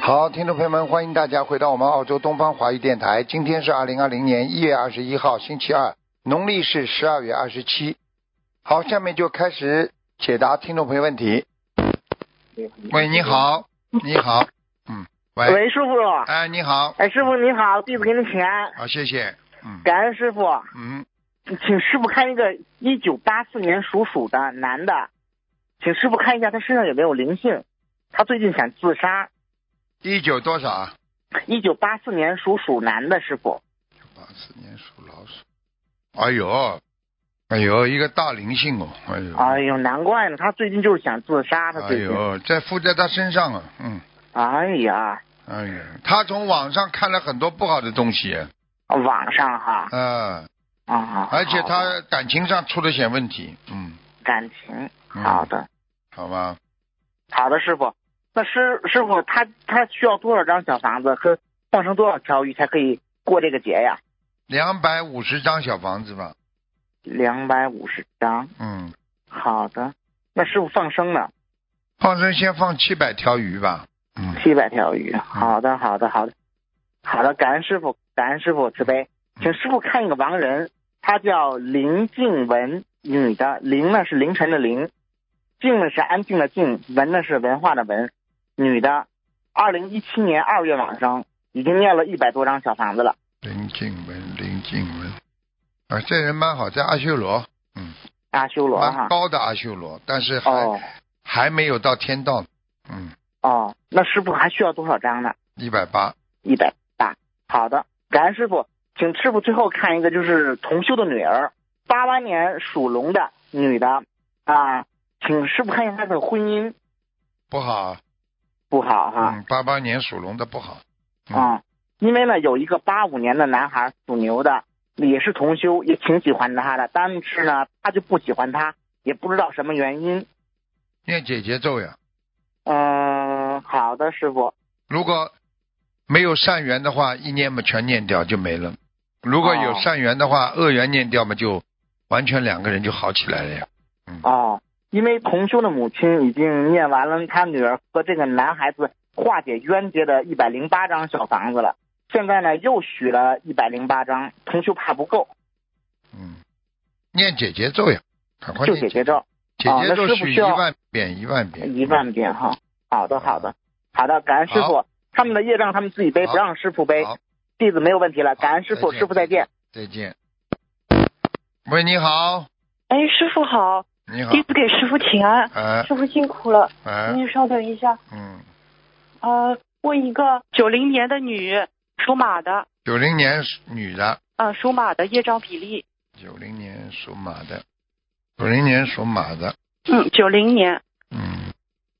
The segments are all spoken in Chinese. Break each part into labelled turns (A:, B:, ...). A: 好，听众朋友们，欢迎大家回到我们澳洲东方华语电台。今天是二零二零年一月二十一号，星期二，农历是十二月二十七。好，下面就开始解答听众朋友问题。喂，你好，你好，嗯，喂，
B: 嗯喂，师傅。
A: 哎，你好，
B: 哎，师傅您好，弟子给您请安，
A: 好，谢谢，嗯
B: 感恩师傅。
A: 嗯，
B: 请师傅看一个一九八四年属鼠的男的，请师傅看一下他身上有没有灵性。他最近想自杀。
A: 一九多少啊？
B: 一九八四年属鼠男的师傅，
A: 八四年属老鼠。哎呦，哎呦，一个大灵性哦，哎呦，
B: 哎呦，难怪呢，他最近就是想自杀，他
A: 哎
B: 最近，
A: 呦，在附在他身上啊，嗯，
B: 哎呀，
A: 哎呀，他从网上看了很多不好的东西，啊
B: 网上哈，
A: 嗯，
B: 啊，
A: 而且
B: 好的
A: 他感情上出了些问题，嗯，
B: 感情，
A: 嗯
B: 好的，
A: 好吧，
B: 好的，师傅。那师师傅他他需要多少张小房子和放生多少条鱼才可以过这个节呀？
A: 两百五十张小房子吧，
B: 两百五十张。
A: 嗯，
B: 好的。那师傅放生呢？
A: 放生先放七百条鱼吧，嗯，
B: 七百条鱼。好的，好的，好的，好的。感恩师傅，感恩师傅慈悲。请师傅看一个亡人，她叫林静文，女的。林呢是凌晨的林，静呢是安静的静，文呢是文化的文，女的。二零一七年二月往生，已经念了一百多张小房子了。
A: 林静文，林静文，啊，这人蛮好，在阿修罗，
B: 阿修罗
A: 蛮
B: 哈。
A: 高的阿修罗，但是还、
B: 哦
A: 还没有到天道，嗯，
B: 哦，那师傅还需要多少张呢？
A: 一百八，
B: 一百八。好的，感恩师傅，请师傅最后看一个，就是同修的女儿，八八年属龙的女的啊，请师傅看一下她的婚姻
A: 不好，
B: 不好哈、
A: 嗯，八八年属龙的不好，嗯
B: 啊，因为呢有一个八五年的男孩属牛的，也是同修，也挺喜欢他的，但是呢他就不喜欢他，也不知道什么原因。
A: 念姐姐咒呀，
B: 嗯，好的，师傅。
A: 如果没有善缘的话，一念嘛全念掉就没了；如果有
B: 哦
A: 善缘的话，恶缘念掉嘛就完全两个人就好起来了呀。
B: 哦，因为同修的母亲已经念完了她女儿和这个男孩子化解冤结的一百零八张小房子了，现在呢又许了一百零八张，同修怕不够，
A: 嗯，念姐姐咒呀，赶快
B: 就
A: 念
B: 解
A: 姐
B: 决咒
A: 姐
B: 哦
A: 姐
B: 那
A: 咒
B: 师傅
A: 许一
B: 需要
A: 万遍，一万遍，
B: 一万遍哈。好的，好的，好的，感恩师傅，他们的业障他们自己背，
A: 好
B: 不让师傅背
A: 好，
B: 弟子没有问题了，感恩师
A: 好
B: 傅，
A: 再见
B: 师傅再见。
A: 再见。喂，你好，
C: 哎，师傅好，
A: 你好，
C: 弟子给师傅请安，
A: 哎
C: 师傅辛苦了。
A: 哎，
C: 您稍等一下，
A: 嗯，
C: 呃，问一个九零年的女，属马的，
A: 九零年属女的，
C: 呃，属马的业障比例，
A: 九零年属马的，九零年属马的，
C: 嗯，九零年，
A: 嗯，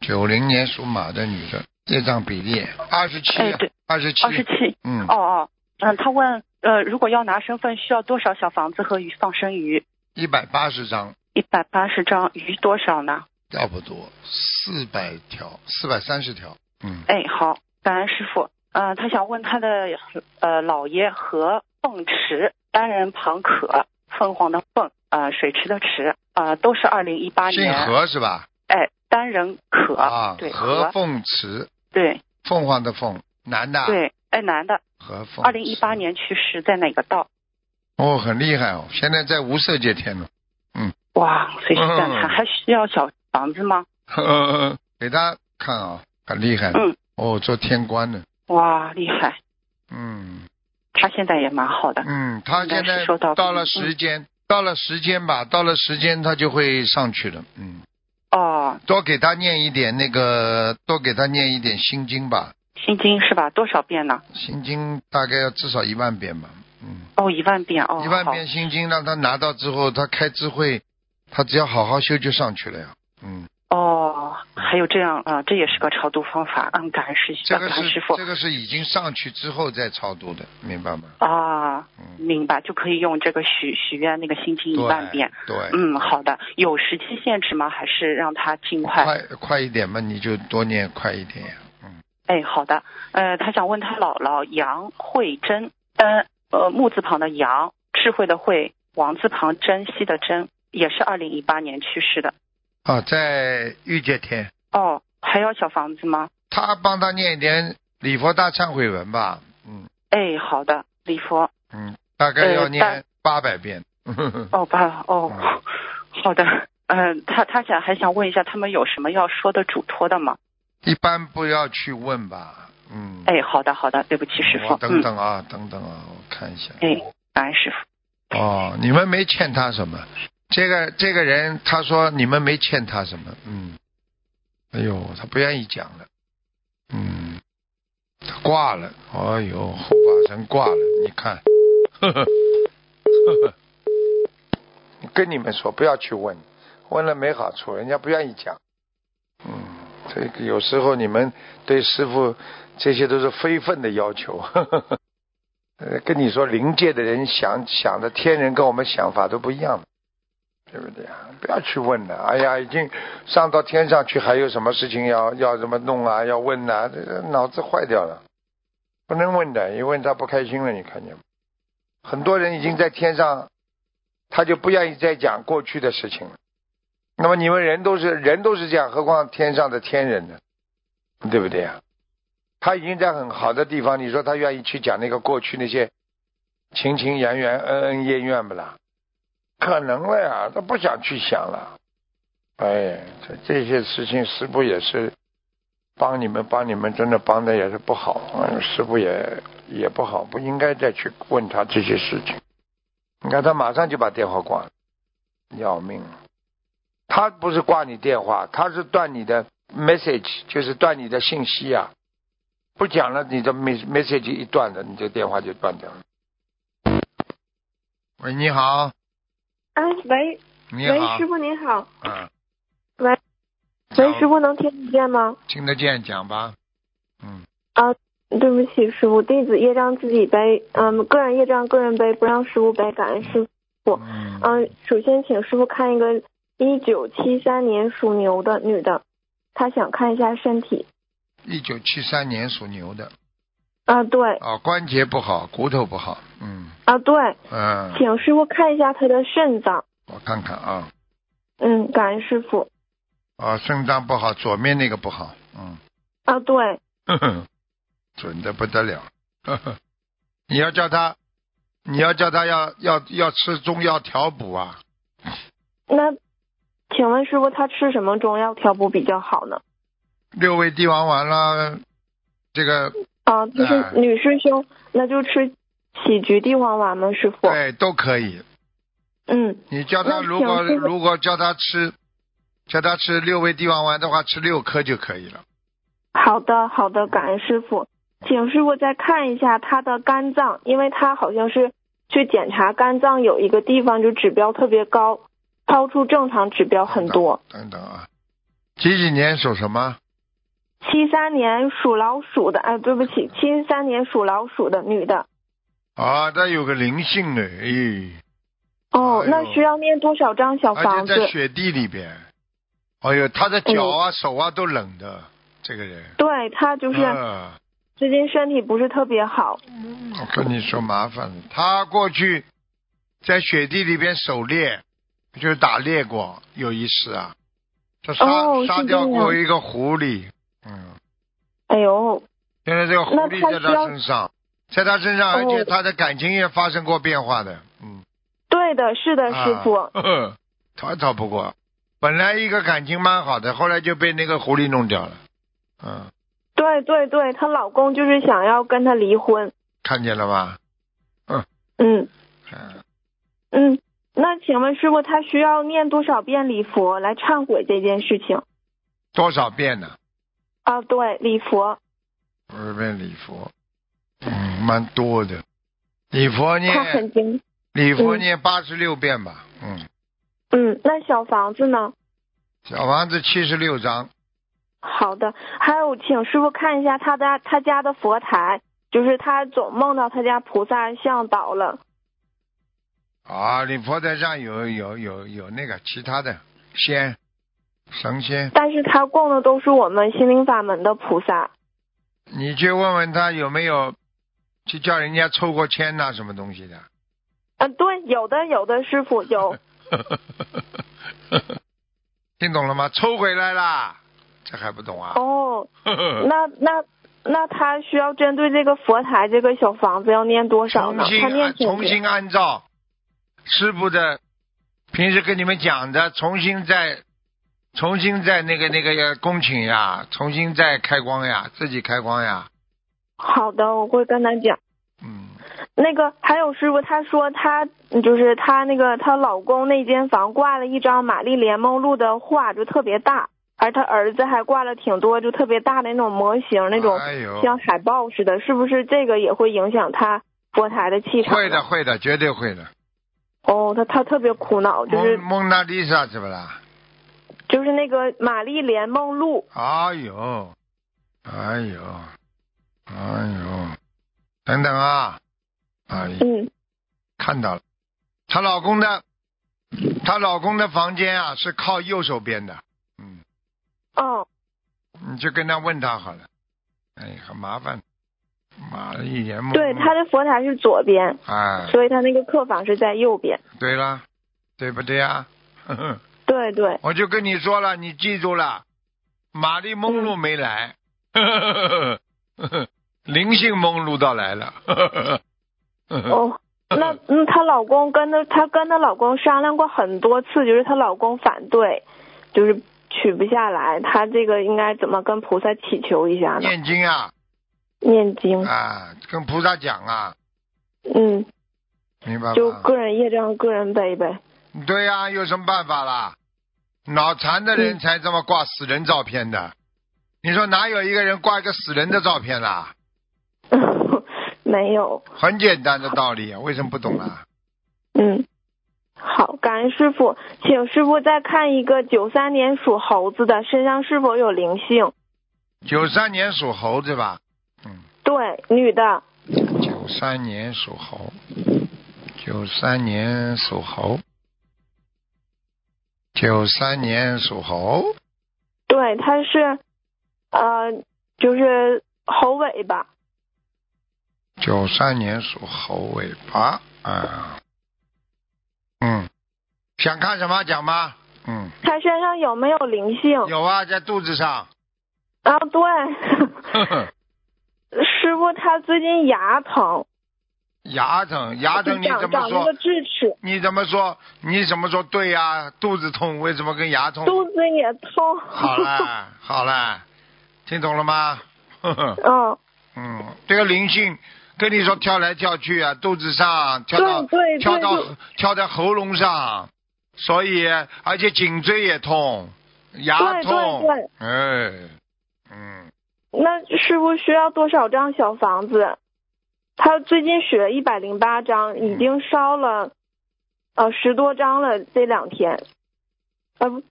A: 九零年属马的女的，业障比例二十七啊
C: 哎，对，
A: 二十七，
C: 二十七，
A: 嗯
C: 哦，哦，嗯，他问，呃，如果要拿身份，需要多少小房子和鱼放生鱼？
A: 一百八十张，
C: 一百八十张鱼多少呢？
A: 要不多，四百条，四百三十条，嗯，
C: 哎，好，感恩师傅。嗯、他想问他的呃姥爷和凤池单人旁可凤凰的凤呃水池的池呃都是二零一八
A: 姓
C: 年
A: 何是吧？
C: 哎单人可、
A: 啊，
C: 对
A: 何凤池，
C: 对
A: 凤凰的凤，男的啊，
C: 对哎男的
A: 何凤池，
C: 二零一八年去世在哪个道
A: 哦，很厉害哦，现在在无色界天呢，
C: 哇随时赞叹、
A: 嗯
C: 还需要小房子吗
A: 呵呵呵 给大家看啊、很厉害，
C: 嗯，
A: 哦，做天官呢，
C: 哇厉害
A: 嗯
C: 他现在也蛮好的
A: 嗯，他现
C: 应该
A: 在
C: 是收到嗯
A: 到了时间，到了时间吧，到了时间他就会上去的，嗯，
C: 哦
A: 多给他念一点那个，多给他念一点心经吧，
C: 心经是吧多少遍呢
A: 心经大概要至少一万遍吧，嗯，
C: 哦一万遍哦
A: 一万
C: 好
A: 遍心经让他拿到之后，他开智慧，他只要好好修就上去了呀，嗯，
C: 哦，还有这样啊、这也是个超度方法。嗯，感恩师
A: 这
C: 感
A: 个
C: 恩
A: 是
C: 师傅
A: 这个是已经上去之后再超度的，明白吗？
C: 啊，
A: 嗯，
C: 明白，就可以用这个许许愿那个心经一万遍。
A: 对，
C: 嗯，好的，有时期限制吗？还是让他尽快？
A: 快快一点嘛，你就多念快一点呀，嗯，
C: 哎，好的。呃，他想问他姥姥杨慧珍，嗯，呃，木字旁的杨，智慧的慧，王字旁珍惜的珍，也是二零一八年去世的。
A: 啊，在遇见天，
C: 哦，还要小房子吗？
A: 他帮他念一点礼佛大忏悔文吧，嗯
C: 哎，好的，礼佛。
A: 嗯，大概要
C: 呃
A: 念八百遍。
C: 哦，爸，哦
A: 嗯，
C: 好的。嗯，他他想还想问一下，他们有什么要说的嘱托的吗？
A: 一般不要去问吧，嗯。
C: 哎，好的，好的，对不起，师傅
A: 我。等等啊，等等啊，我看一下。
C: 嗯，哎，感恩师傅。
A: 哦，你们没欠他什么。这个这个人他说你们没欠他什么，嗯，哎呦，他不愿意讲了，嗯，他挂了，哎呦，护法神挂了，你看，呵呵，呵呵，跟你们说不要去问，问了没好处，人家不愿意讲，嗯，这个有时候你们对师傅这些都是非分的要求，呵呵呵。呃，跟你说，灵界的人想想的天人跟我们想法都不一样，对不对啊？不要去问了，哎呀，已经上到天上去，还有什么事情要要怎么弄啊？要问呐、这个脑子坏掉了，不能问的，一问他不开心了，你看见吗？很多人已经在天上，他就不愿意再讲过去的事情了。那么你们人都是人都是这样，何况天上的天人呢？对不对啊呀、他已经在很好的地方，你说他愿意去讲那个过去那些情情缘缘、恩恩怨怨不啦？可能了呀，他不想去想了。哎，这这些事情师傅也是帮你们，帮你们真的帮的也是不好，嗯、师傅也也不好，不应该再去问他这些事情。你看他马上就把电话挂了，要命！他不是挂你电话，他是断你的 message，就是断你的信息啊。不讲了，你的 mes- message 一断了，你这电话就断掉了。喂，你好，
D: 哎，喂，
A: 你
D: 喂，
A: 好
D: 师，傅您好，
A: 嗯，
D: 喂，喂，师傅能听得见吗？
A: 听得见，讲吧，嗯，
D: 对不起，师傅，弟子业障自己背，嗯，个人业障个人背，不让师傅背，感恩师傅。不
A: 嗯，
D: 嗯，首先请师傅看一个一九七三年属牛的女的，她想看一下身体。
A: 一九七三年属牛的，
D: 啊，对，
A: 哦，关节不好，骨头不好，嗯
D: 啊对，
A: 嗯，
D: 请师傅看一下她的肾脏。
A: 我看看啊，
D: 嗯，感恩师傅。
A: 哦，肾脏不好，左面那个不好，嗯，
D: 啊，对，
A: 呵呵，准的不得了， 呵呵，你要叫他，你要叫他要要要吃中药调补啊，
D: 那请问师傅她吃什么中药调补比较好呢？
A: 六味地黄丸啦，这个哎
D: 啊，就是女师兄，那就吃杞菊地黄丸吗，师傅？
A: 对都可以。
D: 嗯，
A: 你叫他
D: 那
A: 如果
D: 小师傅
A: 如果叫他吃，叫他吃六味地黄丸的话，吃六颗就可以了。
D: 好的，好的，感恩师傅，请师傅再看一下他的肝脏，因为他好像是去检查肝脏有一个地方就指标特别高，超出正常指标很多。
A: 等等啊，几几年属什么？
D: 七三年属老鼠的，哎，对不起，七三年属老鼠的女的。
A: 啊，他有个灵性的，哎，
D: 哦
A: 哎，呦
D: 那需要念多少张小
A: 而
D: 房
A: 且在
D: 子？嗯
A: 雪地里边，哎呦，他的脚啊、手啊都冷的，这个人。
D: 对他就是
A: 啊
D: 最近身体不是特别好。
A: 我跟你说麻烦了，他过去 在雪地里边狩猎，就是打猎过，有一次啊，他杀、
D: 哦
A: 杀
D: 是
A: 掉
D: 这
A: 过
D: 样
A: 一个狐狸，嗯，
D: 哎呦，
A: 现在这个狐
D: 那
A: 狸
D: 他
A: 在
D: 需
A: 他
D: 要
A: 身上，在他身上，而且
D: 哦
A: 他的感情也发生过变化的，嗯，
D: 对的，是的，师傅。
A: 啊 呵呵逃逃不过，本来一个感情蛮好的，后来就被那个狐狸弄掉了，嗯，
D: 对对对，她老公就是想要跟她离婚。
A: 看见了吧？
D: 嗯
A: 嗯，
D: 嗯，那请问师傅，她需要念多少遍礼佛来忏悔这件事情？
A: 多少遍呢？
D: 啊，对，礼佛。
A: 二遍礼佛，嗯，蛮多的。礼佛
D: 她
A: 念
D: 很精。
A: 礼佛
D: 嗯
A: 念八十六遍吧，嗯，
D: 嗯，那小房子呢？
A: 小房子七十六章，
D: 好的，还有，请师傅看一下她的她家的佛台，就是她总梦到她家菩萨像倒了。
A: 啊，礼佛台上有有有有那个其他的仙神仙，
D: 但是她供的都是我们心灵法门的菩萨。
A: 你去问问他有没有去叫人家抽过签呐、什么东西 的。
D: 啊，对，有的有的师傅有。
A: 听懂了吗？抽回来啦，这还不懂啊？
D: 哦，那那那他需要针对这个佛台这个小房子要念多少
A: 重
D: 呢？他
A: 新
D: 念
A: 按
D: 几遍
A: 重新按照师傅的平时跟你们讲的，重新再重新再那个那个恭请呀，重新再开光呀，自己开光呀，
D: 好的，我会跟他讲。
A: 嗯，
D: 那个还有师傅，他说他就是他那个她老公那间房挂了一张玛丽莲梦露的画，就特别大，而他儿子还挂了挺多，就特别大的那种模型，那种
A: 哎呦，
D: 像海报似的，是不是这个也会影响他佛台的气场？啊
A: 会的。会的，绝对会的。
D: 哦，他他特别苦恼，就是
A: 蒙蒙娜丽莎是不啦？
D: 就是那个玛丽莲梦露，
A: 哎呦，哎呦，哎呦，等等啊，哎呦
D: 嗯，
A: 看到了，她老公的，她老公的房间啊是靠右手边的，嗯，
D: 哦，
A: 你就跟他问他好了。哎，很麻烦，妈的一言不
D: 对，他的佛台是左边，
A: 哎，
D: 所以他那个客房是在右边。
A: 对了，对不对呀、呵呵
D: 对对，
A: 我就跟你说了，你记住了，玛丽梦露没来， 灵性梦露倒来了。
D: 哦，那嗯，她老公跟她她跟她老公商量过很多次，就是她老公反对，就是取不下来。她这个应该怎么跟菩萨祈求一下呢？
A: 念经啊
D: 念经，
A: 啊，跟菩萨讲啊，
D: 嗯，
A: 明白
D: 就
A: 吗？
D: 个人业障个人背呗。
A: 对呀、有什么办法啦？脑残的人才这么挂死人照片的，你说哪有一个人挂一个死人的照片啦？
D: 没有，
A: 很简单的道理，为什么不懂啊？
D: 嗯，好，感恩师傅，请师傅再看一个九三年属猴子的身上是否有灵性？
A: 九三年属猴对吧？嗯，
D: 对，女的，
A: 九三年属猴，九三年属猴，九三年属猴，
D: 对，她是，呃，就是猴尾巴，
A: 九三年属猴尾巴啊。嗯，想看什么讲吗？嗯，
D: 她身上有没有灵性？
A: 有啊，在肚子上。
D: 啊，对，
A: 呵呵
D: 师傅他最近牙疼，
A: 牙疼，牙疼你
D: 长
A: 怎么
D: 长那个
A: 说？
D: 智齿，
A: 你怎么说？你怎么说对呀、肚子痛为什么跟牙 痛？
D: 肚子也痛。
A: 哦好。啦，好啦，听懂了吗？ 呵呵，
D: 嗯，
A: 嗯，这个灵性跟你说跳来跳去啊，肚子上跳到
D: 对对
A: 跳
D: 对，
A: 到
D: 就
A: 跳在喉咙上，所以而且颈椎也痛，牙
D: 对对
A: 痛，
D: 对
A: 哎，嗯，
D: 那师傅需要多少张小房子？他最近许了一百零八张，已经烧了，呃，十多张了。这两天，呃不，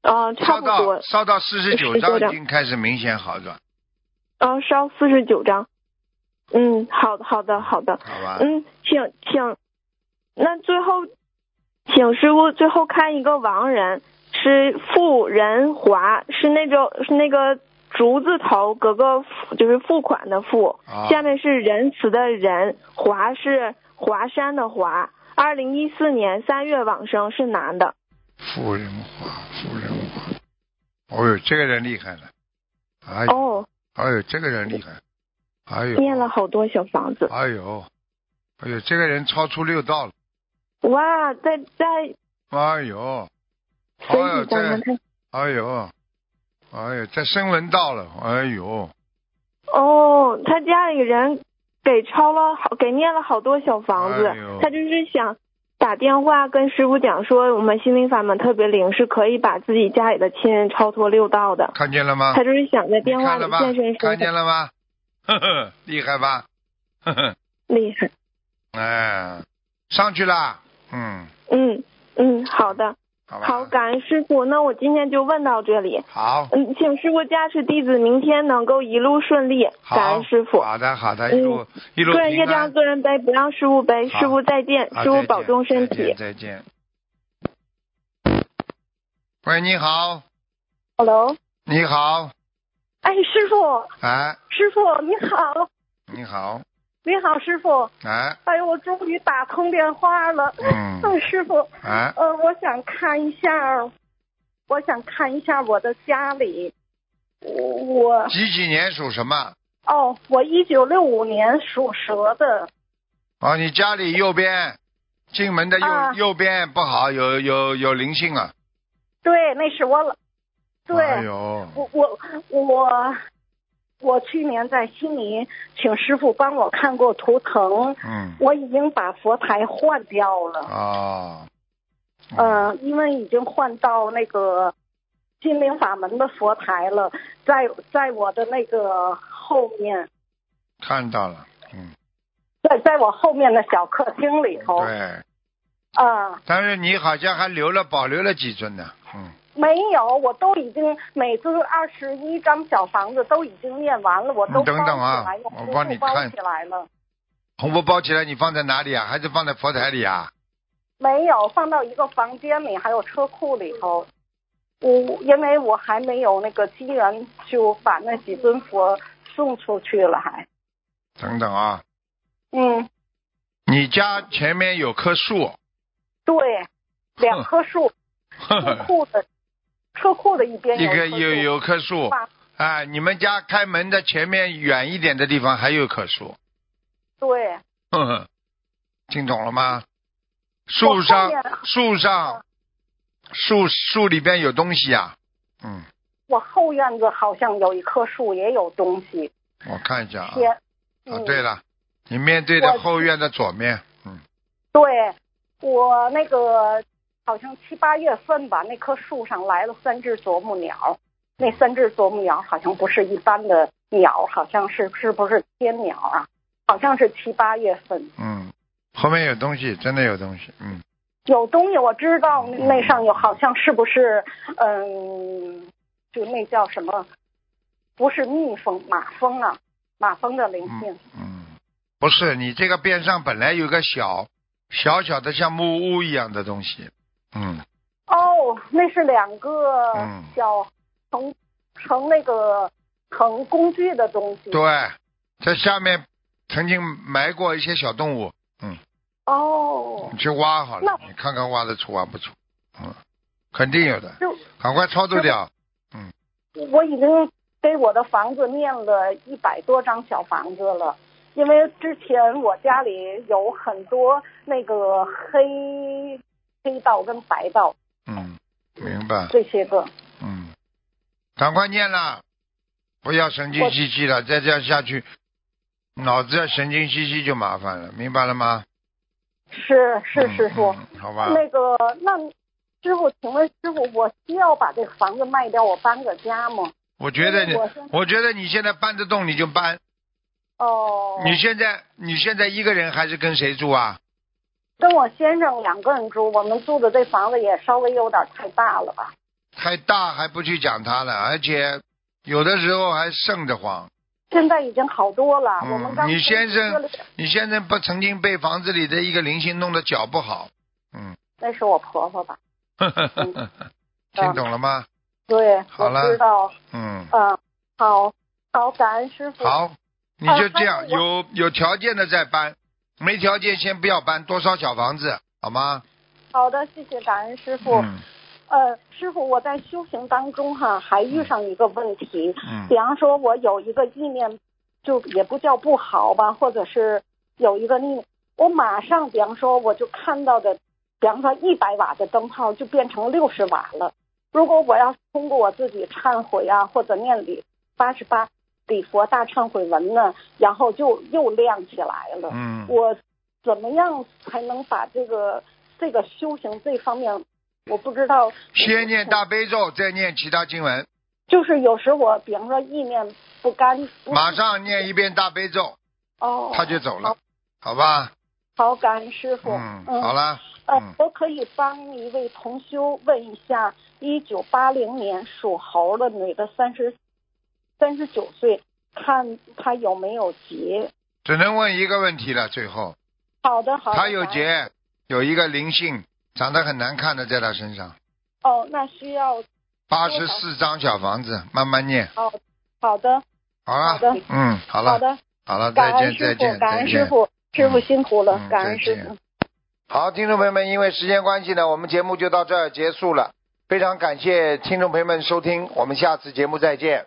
D: 呃，差
A: 烧
D: 不
A: 到
D: 多，
A: 烧到四十九
D: 49
A: 章
D: 章
A: 已经开始明显好转，
D: 呃，烧四十九张。嗯，好的，好的，好的。
A: 好吧？
D: 嗯，请请，那最后，请师傅最后看一个亡人，是付仁华，是那种是那个竹字头，隔个付就是付款的付，
A: 啊，
D: 下面是仁慈的仁，华是华山的华。二零一四年三月往生是男的，
A: 富人花，富人花。哦呦，这个人厉害了！哎呦，
D: 哦，
A: 哎呦，这个人厉害！哎呦，
D: 念了好多小房子，
A: 哎呦，哎呦，这个人超出六道了！
D: 哇，在在
A: 哎呦，哎
D: 身
A: 呦，
D: 体上面
A: 这，
D: 看，
A: 哎呦，哎呦，在声闻道了！哎呦，
D: 哦，他家里人给抄了好，给念了好多小房子
A: 哎呦，
D: 他就是想打电话跟师傅讲说，我们心灵法门特别灵，是可以把自己家里的亲人超脱六道的。
A: 看见了吗
D: 他？就是想在电话
A: 啊看
D: 里
A: 了吧
D: 现身？说
A: 看见
D: 法，
A: 了吗？ 呵呵，厉害吧？ 呵呵，
D: 厉害。
A: 哎，上去啦！嗯，
D: 嗯嗯，好的，
A: 好吧。
D: 好，感恩师傅。那我今天就问到这里。
A: 好，
D: 嗯，请师傅加持弟子，明天能够一路顺利。
A: 好，
D: 感恩师傅。
A: 好的，好的，一路一路
D: 个人
A: 平
D: 业
A: 安
D: 障。个人背，不让师傅背。
A: 好
D: 师傅再见，
A: 啊
D: 师傅
A: 再
D: 保
A: 见
D: 重身
A: 再
D: 体
A: 见。再见。喂，你好，
D: Hello，
A: 你好，
E: 哎，师傅，
A: 哎，
E: 师傅你好，
A: 你好，
E: 你好，师傅。
A: 哎，
E: 哎呦，我终于打通电话了。
A: 嗯
E: 哎，师傅，
A: 哎，
E: 呃，我想看一下，我想看一下我的家里。我我
A: 几几年属什么？
D: 哦，我一九六五年属蛇的，
A: 哦，你家里右边进门的右、
D: 啊
A: 右边不好，有有有灵性啊。
D: 对，那是我老，对，
A: 哎呦，
D: 我我我我去年在悉尼请师傅帮我看过图腾，
A: 嗯，
D: 我已经把佛台换掉了，
A: 哦，
D: 呃，因为已经换到那个心灵法门的佛台了，在在我的那个后面，
A: 看到了，嗯，
D: 在在我后面的小客厅里头，
A: 对，
D: 啊、
A: 但是你好像还留了保留了几尊呢，嗯，
D: 没有，我都已经每尊二十一张小房子都已经念完了，我都
A: 你等等啊
D: 包起来了
A: 我帮你
D: 全部包
A: 看
D: 起来了，
A: 红布包起来你放在哪里啊？还是放在佛台里啊？
D: 没有放到一个房间里，还有车库里头。我因为我还没有那个机缘，就把那几尊佛送出去了，还
A: 等等啊，
D: 嗯，
A: 你家前面有棵 树，
D: 对，两棵树，
A: 呵
D: 车
A: 呵
D: 库的车库的一边
A: 一
D: 有
A: 棵
D: 棵
A: 有
D: 树
A: 有棵树
D: 吧，
A: 啊，你们家开门的前面远一点的地方还有棵树，
D: 对，
A: 呵呵，听懂了吗？
D: 我
A: 树上
D: 后面
A: 树上树树里边有东西啊，嗯，
D: 我后院子好像有一棵树也有东西，
A: 我看一下啊，
D: 天，
A: 啊
D: 嗯，
A: 对了，你面对的
D: 我
A: 后院的左面，嗯，
D: 对，我那个好像七八月份吧，那棵树上来了三只啄木鸟，那三只啄木鸟好像不是一般的鸟，好像是是不是天鸟啊？好像是七八月份
A: 嗯，后面有东西，真的有东西，嗯，
D: 有东西，我知道那上有好像是不是嗯，就那叫什么？不是蜜蜂，马蜂啊，马蜂的灵性。
A: 嗯嗯，不是，你这个边上本来有个小小小的像木屋一样的东西，嗯，
D: 哦，那是两个
A: 嗯
D: 小盛盛那个盛工具的东西。
A: 对，在下面曾经埋过一些小动物，
D: 哦
A: 你，去挖好了，
D: 那
A: 你看看挖得出挖不出，嗯，肯定有的
D: 就，
A: 赶快操作掉，
D: 我已经给我的房子念了一百多张小房子了，因为之前我家里有很多那个黑黑道跟白道
A: 嗯，明白，
D: 这些个。
A: 嗯，赶快念了，不要神经兮兮了，再这样下去，脑子要神经兮兮就麻烦了，明白了吗？
D: 是是，
A: 嗯
D: 师傅。
A: 嗯好吧，
D: 那个，那师傅，请问师傅，我需要把这个房子卖掉，我搬个家吗？
A: 我觉得你
D: 哎我先，
A: 我觉得你现在搬得动你就搬，
D: 哦，
A: 你现在你现在一个人还是跟谁住啊？
D: 跟我先生两个人住，我们住的这房子也稍微有点太大了吧？
A: 太大还不去讲他了，而且有的时候还瘆得慌。
D: 现在已经好多了。我们
A: 嗯，
D: 刚
A: 你先
D: 说了
A: 生，你先生不曾经被房子里的一个灵性弄得脚不好，嗯，
D: 那是我婆婆吧？嗯 啊
A: 听懂了吗？
D: 对，
A: 好
D: 我
A: 了
D: 知道。
A: 嗯，
D: 嗯，好，好，感恩师傅。
A: 好，你就这样，有有条件的再搬，没条件先不要搬，多烧小房子，好吗？
D: 好的，谢谢感恩师傅。
A: 嗯
D: 呃，师傅，我在修行当中哈，还遇上一个问题，
A: 嗯
D: 比方说，我有一个意念，就也不叫不好吧，或者是有一个意念，我马上，比方说，我就看到的，比方说一百瓦的灯泡就变成六十瓦了。如果我要通过我自己忏悔啊，或者念礼八十八礼佛大忏悔文呢，然后就又亮起来了。
A: 嗯，
D: 我怎么样才能把这个这个修行这方面，我不知道。
A: 先念大悲咒，再念其他经文，
D: 就是有时我，比方说意念不干，不
A: 马上念一遍大悲咒，
D: 哦，
A: 他就走了，好吧？
D: 好，感恩师傅。
A: 嗯，好了，嗯
D: 呃，我可以帮一位同修问一下，一九八零年属猴的女的，三十三十九岁，看她有没有结？
A: 只能问一个问题了，最后
D: 好的，好的。
A: 他有
D: 感恩。
A: 劫，有一个灵性，长得很难看的在他身上。
D: 哦，那需要
A: 八十四张小房子，慢慢念，
D: 哦，好的，
A: 好了，
D: 好的
A: 嗯，好了，
D: 好的，
A: 好了，
D: 感
A: 再见，
D: 恩师
A: 再
D: 傅，
A: 见，
D: 感
A: 再
D: 恩师
A: 见。
D: 傅，师傅
A: 嗯
D: 辛苦了
A: 嗯，
D: 感
A: 再
D: 恩师
A: 见
D: 傅。
A: 好，听众朋友们，因为时间关系呢，我们节目就到这儿结束了，非常感谢听众朋友们收听，我们下次节目再见。